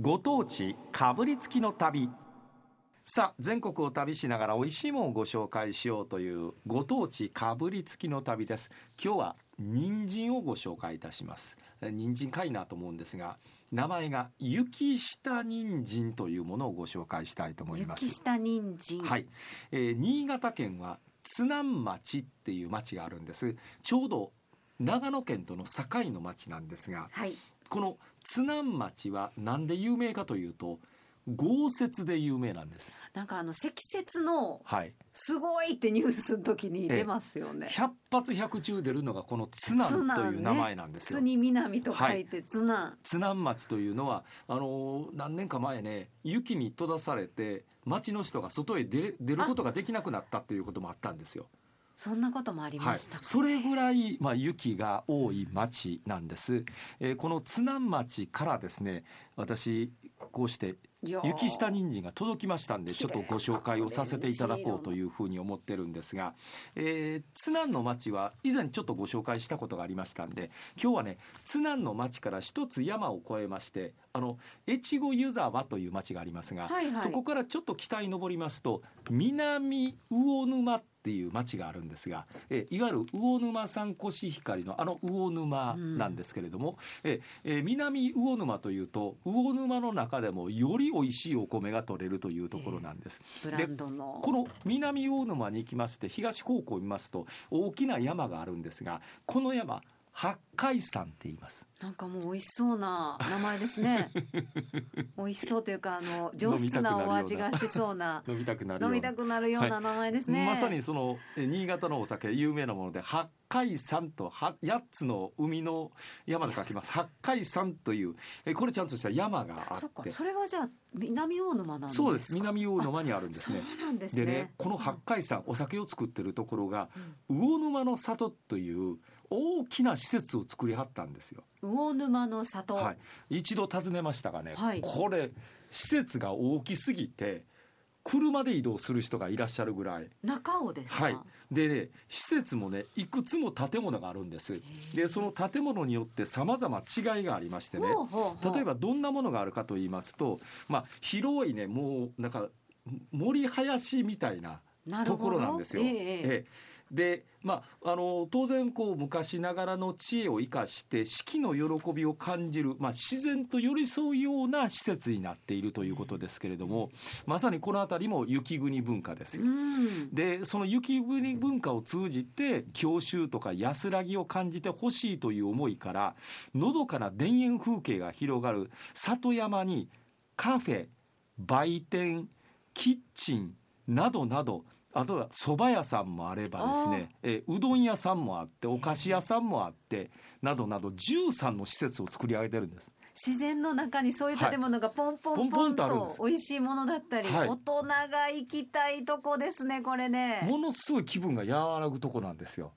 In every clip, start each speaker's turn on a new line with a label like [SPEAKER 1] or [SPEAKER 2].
[SPEAKER 1] ご当地かぶりつきの旅さあ全国を旅しながら美味しいものをご紹介しようというご当地かぶりつきの旅です今日は人参をご紹介いたしますえ人参かいなと思うんですが名前が雪下人参というものをご紹介したいと思います
[SPEAKER 2] 雪下人参。
[SPEAKER 1] はい、えー新潟県は津南町っていう町があるんですちょうど長野県との境の町なんですが
[SPEAKER 2] はい。
[SPEAKER 1] この津南町はなんで有名かというと豪雪で有名なんです
[SPEAKER 2] なんかあの積雪の
[SPEAKER 1] はい
[SPEAKER 2] すごいってニュースの時に出ますよね。
[SPEAKER 1] 百発百中出るのがこの津南という名前なんです
[SPEAKER 2] 津
[SPEAKER 1] よ
[SPEAKER 2] に南と書いて津南。
[SPEAKER 1] 津南町というのはあのー何年か前ね雪に閉ざされて町の人が外へ出れ出ることができなくなったということもあったんですよ
[SPEAKER 2] そんなこともあり
[SPEAKER 1] は
[SPEAKER 2] ま
[SPEAKER 1] い
[SPEAKER 2] した、か。
[SPEAKER 1] それぐらい、まあ、雪が多い町なんです、えーこの津南町からですね私こうして
[SPEAKER 2] いやー
[SPEAKER 1] 雪下人参が届きましたんでち
[SPEAKER 2] 綺
[SPEAKER 1] ょっ
[SPEAKER 2] 麗
[SPEAKER 1] とご紹介をさせていただこうというふうに思ってるんですが、えー津南の町は以前ちょっとご紹介したことがありましたんで今日はね津南の町から一つ山を越えましてあの越後湯沢という町がありますが、
[SPEAKER 2] はいはい
[SPEAKER 1] そこからちょっと北に登りますと南魚沼っていう町があるんですが、えーいわゆる魚沼産コシヒカリのあの魚沼なんですけれども、えーえー南魚沼というと魚沼の中でもより美味しいお米が取れるというところなんです。
[SPEAKER 2] ブランドの。
[SPEAKER 1] この南魚沼に行きまして東方向を見ますと大きな山があるんですがこの山八海山って言います
[SPEAKER 2] なんかもう美味しそうな名前です ね。美味しそうというかあの上質なお味がしそうな
[SPEAKER 1] 飲みたくなるよ
[SPEAKER 2] 飲
[SPEAKER 1] うな
[SPEAKER 2] みたくなるような名前ですね。
[SPEAKER 1] まさにそのえ新潟のお酒有名なもので八海山とは八つの海の山で書きます八海山というえこれちゃんとした山があ
[SPEAKER 2] そっ
[SPEAKER 1] っ
[SPEAKER 2] か。
[SPEAKER 1] て
[SPEAKER 2] それはじゃあ南大沼なんですか。
[SPEAKER 1] そうです南魚沼にあるんです
[SPEAKER 2] そう
[SPEAKER 1] ね。
[SPEAKER 2] なんです
[SPEAKER 1] で
[SPEAKER 2] ね。
[SPEAKER 1] ねこの八海山お酒を作ってるところが
[SPEAKER 2] うん
[SPEAKER 1] 魚沼の里という大きな施設を作りはったんですよ。
[SPEAKER 2] 魚沼の里、
[SPEAKER 1] はい、一度訪ねましたがね、
[SPEAKER 2] はい
[SPEAKER 1] これ施設が大きすぎて車で移動する人がいらっしゃるぐらい
[SPEAKER 2] 中尾ですか、
[SPEAKER 1] はい、でね施設もねいくつも建物があるんですでその建物によってさまざま違いがありましてね
[SPEAKER 2] ほうほうほう
[SPEAKER 1] 例えばどんなものがあるかと言いますと、まあ、広いねもうなんか森林みたいな
[SPEAKER 2] なる
[SPEAKER 1] と
[SPEAKER 2] ほ
[SPEAKER 1] こ
[SPEAKER 2] ど
[SPEAKER 1] ろなんですよ。
[SPEAKER 2] ええええ
[SPEAKER 1] ええでまあ、あの当然こう昔ながらの知恵を生かして四季の喜びを感じる、まあ、自然と寄り添うような施設になっているということですけれどもまさにこの辺りも雪国文化ですよ
[SPEAKER 2] うん
[SPEAKER 1] でその雪国文化を通じて郷愁とか安らぎを感じてほしいという思いからのどかな田園風景が広がる里山にカフェ売店キッチンなどなどあとは蕎麦屋さんもあればですねえうどん屋さんもあってお菓子屋さんもあってなどなど13の施設を作り上げてるんです。
[SPEAKER 2] 自然の中にそういう建物がポンポンポン
[SPEAKER 1] ポンポンとあるんで
[SPEAKER 2] と
[SPEAKER 1] す
[SPEAKER 2] 美味しいものだったり、
[SPEAKER 1] はい
[SPEAKER 2] 大人が行きたいとこですねこれね
[SPEAKER 1] ものすごい気分が和らぐとこなんですよ。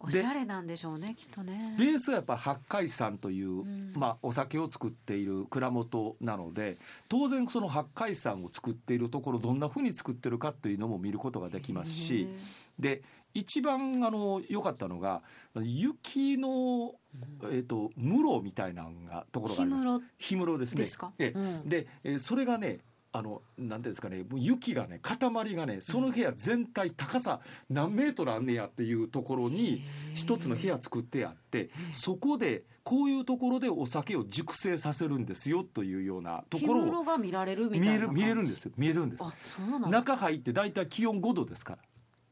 [SPEAKER 2] おしゃれなんでしょうねきっとね
[SPEAKER 1] ベースはやっぱ八海山という、
[SPEAKER 2] ん
[SPEAKER 1] まあ、お酒を作っている蔵元なので当然その八海山を作っているところどんなふうに作ってるかというのも見ることができますしで一番あの良かったのが雪の、えっと室みたいなのがところがあ
[SPEAKER 2] 氷
[SPEAKER 1] ります
[SPEAKER 2] 室
[SPEAKER 1] 氷室ですね。
[SPEAKER 2] ですか
[SPEAKER 1] ええ
[SPEAKER 2] うん
[SPEAKER 1] で、えーそれがねあのなんていうんですかねもう雪がね塊がねその部屋全体高さ何メートルあんねやっていうところに一つの部屋作ってあってそこでこういうところでお酒を熟成させるんですよというようなと
[SPEAKER 2] 氷
[SPEAKER 1] ころ
[SPEAKER 2] 室
[SPEAKER 1] を
[SPEAKER 2] が見られるみ
[SPEAKER 1] 見
[SPEAKER 2] たい
[SPEAKER 1] え
[SPEAKER 2] な
[SPEAKER 1] る
[SPEAKER 2] 感
[SPEAKER 1] 見
[SPEAKER 2] じ
[SPEAKER 1] えるんです見えるんです
[SPEAKER 2] あそうなんだ
[SPEAKER 1] 中入ってだいたい気温5度ですから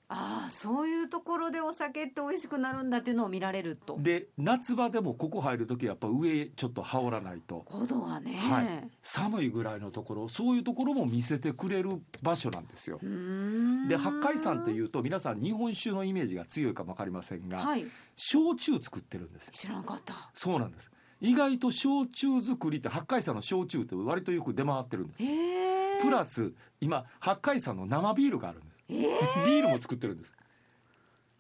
[SPEAKER 2] ああそういうところでお酒って美味しくなるんだっていうのを見られると
[SPEAKER 1] で夏場でもここ入る時はやっぱ上ちょっと羽織らないと
[SPEAKER 2] 5度はね、
[SPEAKER 1] はい寒いぐらいのところそういうところも見せてくれる場所なんですよ
[SPEAKER 2] うーん
[SPEAKER 1] で八海山っていうと皆さん日本酒のイメージが強いかも分かりませんが、
[SPEAKER 2] はい
[SPEAKER 1] 焼酎作ってるんです
[SPEAKER 2] 知らんかった
[SPEAKER 1] そうなんです意外と焼酎作りって八海山の焼酎って割とよく出回ってるんです
[SPEAKER 2] ええ
[SPEAKER 1] プラス今八海山の生ビールがあるんです、
[SPEAKER 2] ええ
[SPEAKER 1] ビールも作ってるんです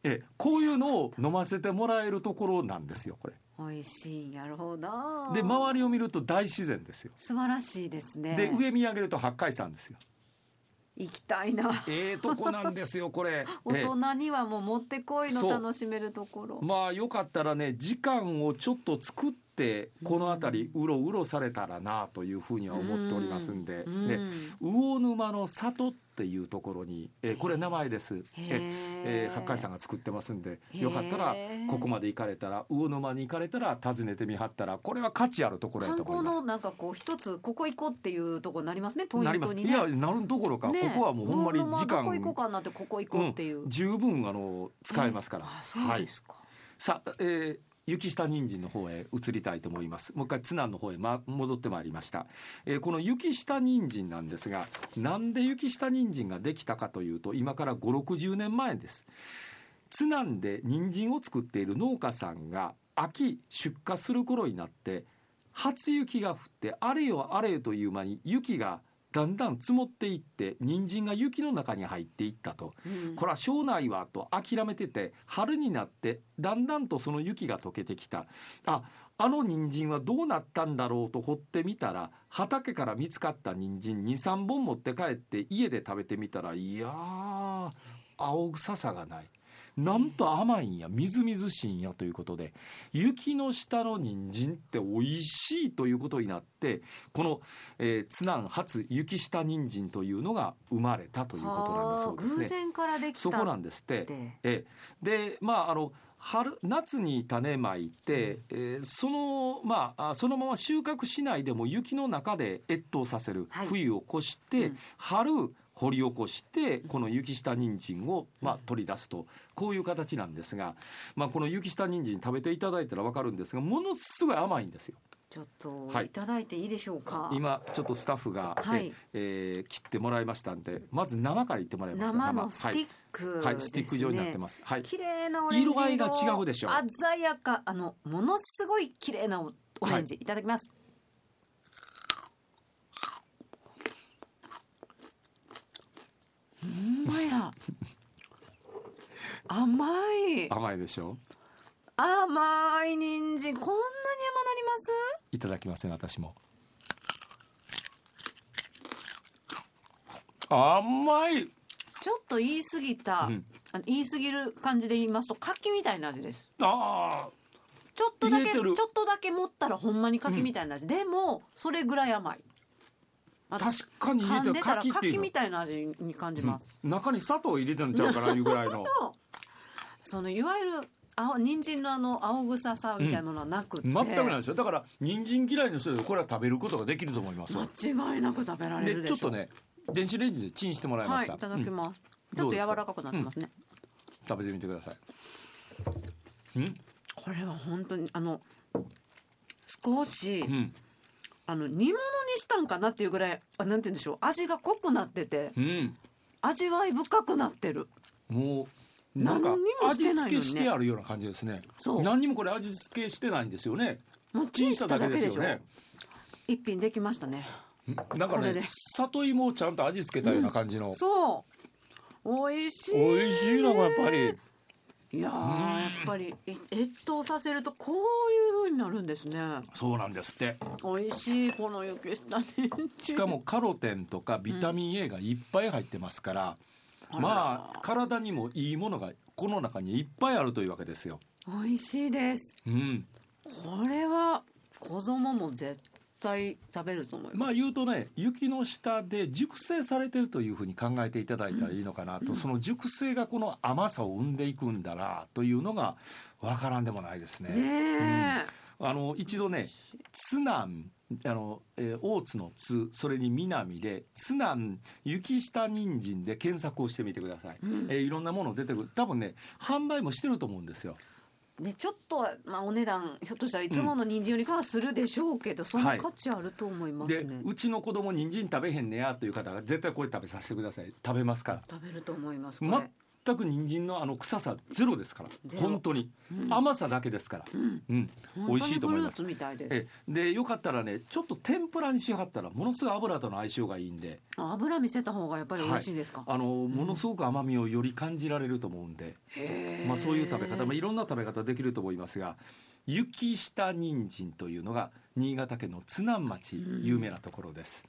[SPEAKER 1] ええこういうのを飲ませてもらえるところなんですよこれ
[SPEAKER 2] 美味しいんやろうな
[SPEAKER 1] で周りを見ると大自然ですよ
[SPEAKER 2] 素晴らしいですね
[SPEAKER 1] で上見上げると八海山ですよ
[SPEAKER 2] 行きたいな
[SPEAKER 1] ええとこなんですよこれ
[SPEAKER 2] 大
[SPEAKER 1] ええ
[SPEAKER 2] 人にはもうもってこいの
[SPEAKER 1] そう
[SPEAKER 2] 楽しめるところ、
[SPEAKER 1] まあよかったらね時間をちょっと作っってこの辺りうろうろされたらなというふうには思っておりますんで、
[SPEAKER 2] うん
[SPEAKER 1] で魚沼の里っていうところに、えーこれ名前です、ええー八海さん
[SPEAKER 2] ん
[SPEAKER 1] が作ってますんでよかったらここまで行かれたら魚沼に行かれたら訪ねてみはったらこれは価値あるところや
[SPEAKER 2] 観
[SPEAKER 1] と思
[SPEAKER 2] 光
[SPEAKER 1] います
[SPEAKER 2] の。なんかこう一つここ行こうっていうところになりますねポイ
[SPEAKER 1] なり
[SPEAKER 2] ン
[SPEAKER 1] ま
[SPEAKER 2] ト
[SPEAKER 1] す
[SPEAKER 2] に
[SPEAKER 1] い
[SPEAKER 2] ね。
[SPEAKER 1] やなるどころか、
[SPEAKER 2] ね
[SPEAKER 1] ここはもうほんまに時
[SPEAKER 2] どこ行こう
[SPEAKER 1] 間
[SPEAKER 2] かなってここ行こうっていう、
[SPEAKER 1] 十分あの使えますから、
[SPEAKER 2] あそうですか、
[SPEAKER 1] さあ、えー雪下人参の方へ移りたいと思います。もう一回ツナの方へ、ま、戻ってまいりました。えーこの雪下人参なんですが、なんで雪下人参ができたかというと、今から5、60年前です。津南で人参を作っている農家さんが秋出荷する頃になって初雪が降ってあれよあれよという間に雪がだんだん積もっていって人参が雪の中に入っていったと
[SPEAKER 2] うん
[SPEAKER 1] これは将来はと諦めてて春になってだんだんとその雪が溶けてきたああの人参はどうなったんだろうと掘ってみたら畑から見つかった人参23本持って帰って家で食べてみたらいやー青臭さがない。なんと甘いんやみずみずしいんやということで雪の下の人参って美味しいということになってこの、えー、津南初雪下人参というのが生まれたということなんだそうですね。
[SPEAKER 2] あー偶然からできた
[SPEAKER 1] そこな
[SPEAKER 2] っ
[SPEAKER 1] んですって。
[SPEAKER 2] て
[SPEAKER 1] ええでまああの春夏に種まいて、えーそのまああそのまま収穫しないでも雪の中で越冬させる、
[SPEAKER 2] はい
[SPEAKER 1] 冬を越して、
[SPEAKER 2] うん
[SPEAKER 1] 春掘り起こしてこの雪下人参をまあ取り出すとこういう形なんですが、まあこの雪下人参食べていただいたらわかるんですがものすごい甘いんですよ。
[SPEAKER 2] ちょっと
[SPEAKER 1] はい
[SPEAKER 2] いただいていいでしょうか、
[SPEAKER 1] 今ちょっとスタッフが、
[SPEAKER 2] はい
[SPEAKER 1] ええー切ってもらいましたんでまず生からいってもらいますか
[SPEAKER 2] 生のスティ
[SPEAKER 1] ッ
[SPEAKER 2] ック、
[SPEAKER 1] はい、はい、スティック状になってますす。はい。
[SPEAKER 2] 綺麗なオレンジ
[SPEAKER 1] 色合いが違うでしょ
[SPEAKER 2] 鮮やかあのものすごい綺麗なオオレンジ、い、ただきますうんまや甘い
[SPEAKER 1] 甘いでしょ
[SPEAKER 2] 甘い人参こんなに甘なります
[SPEAKER 1] いただきません私も甘い
[SPEAKER 2] ちょっと言い過ぎた、
[SPEAKER 1] うん
[SPEAKER 2] あの言い過ぎる感じで言いますと柿みたいな味です
[SPEAKER 1] あ
[SPEAKER 2] ちょっとだ
[SPEAKER 1] 言
[SPEAKER 2] け
[SPEAKER 1] え
[SPEAKER 2] ち
[SPEAKER 1] て
[SPEAKER 2] ょ
[SPEAKER 1] る
[SPEAKER 2] っとだけ持ったらほんまに柿みたいな味、でもそれぐらい甘い
[SPEAKER 1] ー
[SPEAKER 2] 私
[SPEAKER 1] 確かに
[SPEAKER 2] 噛
[SPEAKER 1] 入
[SPEAKER 2] ん
[SPEAKER 1] れて
[SPEAKER 2] で
[SPEAKER 1] る
[SPEAKER 2] たら
[SPEAKER 1] 柿ってい
[SPEAKER 2] 柿
[SPEAKER 1] う
[SPEAKER 2] みたいな味に感じ
[SPEAKER 1] の
[SPEAKER 2] ます、、
[SPEAKER 1] うん、中に砂糖入れたんちゃうかないうぐらい の
[SPEAKER 2] そのいわゆる青人参のあの青臭さみたいなものはなくて、
[SPEAKER 1] 全くないですよだから人参嫌いの人でもこれは食べることができると思いますよ
[SPEAKER 2] 間違いなく食べられ
[SPEAKER 1] で
[SPEAKER 2] るでし
[SPEAKER 1] ち
[SPEAKER 2] ょ
[SPEAKER 1] ょっとね電子レンジでチンしてもらいま
[SPEAKER 2] はい
[SPEAKER 1] し
[SPEAKER 2] い
[SPEAKER 1] た、
[SPEAKER 2] ただき
[SPEAKER 1] うん
[SPEAKER 2] ます、ち
[SPEAKER 1] どう
[SPEAKER 2] ょっと
[SPEAKER 1] です
[SPEAKER 2] 柔
[SPEAKER 1] から
[SPEAKER 2] かくなってますね、
[SPEAKER 1] 食べてみてくださいうん
[SPEAKER 2] これは本当にあの少し、
[SPEAKER 1] うん
[SPEAKER 2] あの煮物にしたんかなっていうぐらいあなんて言うんでしょう味が濃くなってて
[SPEAKER 1] うん
[SPEAKER 2] 味わい深くなってる
[SPEAKER 1] もうなんか
[SPEAKER 2] 何にもし
[SPEAKER 1] 味
[SPEAKER 2] てないのにね
[SPEAKER 1] 付けしてあるような感じですね
[SPEAKER 2] そう
[SPEAKER 1] 何にもこれ味付けしてないんですよね
[SPEAKER 2] もう
[SPEAKER 1] チ
[SPEAKER 2] チ
[SPEAKER 1] ン
[SPEAKER 2] ン
[SPEAKER 1] し
[SPEAKER 2] したた
[SPEAKER 1] だけ
[SPEAKER 2] だけ
[SPEAKER 1] で
[SPEAKER 2] です
[SPEAKER 1] よ
[SPEAKER 2] しょ
[SPEAKER 1] ね
[SPEAKER 2] 一品できましたね
[SPEAKER 1] なんか
[SPEAKER 2] これ
[SPEAKER 1] ね
[SPEAKER 2] で
[SPEAKER 1] 里芋をちゃんと味付けたような感じの、
[SPEAKER 2] そう美味しい
[SPEAKER 1] 美味しいなやっぱり
[SPEAKER 2] いやーやっぱりい越冬させるとこういう風になるんですね
[SPEAKER 1] そうなんですって
[SPEAKER 2] 美味しいこの雪下ね
[SPEAKER 1] しかもカロテンとかビタミン A がいっぱい入ってますから、まあ体にもいいものがこの中にいっぱいあるというわけですよ、
[SPEAKER 2] 美味しいです
[SPEAKER 1] うん、
[SPEAKER 2] これは子供も絶対食べると思います
[SPEAKER 1] まあ言うとね雪の下で熟成されてるというふうに考えていただいたらいいのかなと、その熟成がこの甘さを生んでいくんだなというのがわからんでもないですね。
[SPEAKER 2] ねえ、
[SPEAKER 1] あの一度ね津南あの、えー大津の津それに南で津南雪下人参で検索をしてみてください、えーいろんなもの出てくる多分ね販売もしてると思うんですよ
[SPEAKER 2] ね、ちょっとは、まあ、お値段ひょっとしたらいつもの人参よりかはするでしょうけど、その価値あると思いま
[SPEAKER 1] で
[SPEAKER 2] すね、
[SPEAKER 1] うちの子供人参食べへんねやという方が絶対これ食べさせてください食べますから
[SPEAKER 2] 食べると思いますこれ、
[SPEAKER 1] 全く人参のあの臭さゼロですから
[SPEAKER 2] ゼロ
[SPEAKER 1] 本当に、甘さだけですから、
[SPEAKER 2] ん
[SPEAKER 1] うん、美味しいと思います
[SPEAKER 2] 本当にフルーツみたいで
[SPEAKER 1] えでよかったらねちょっと天ぷらにしはったらものすごい油との相性がいいんで
[SPEAKER 2] あ油見せた方がやっぱり美味しいですか、
[SPEAKER 1] あのものすごく甘みをより感じられると思うんで、
[SPEAKER 2] へえ
[SPEAKER 1] まあ、そういう食べ方、まあ、いろんな食べ方できると思いますが雪下人参というのが新潟県の津南町有名なところです。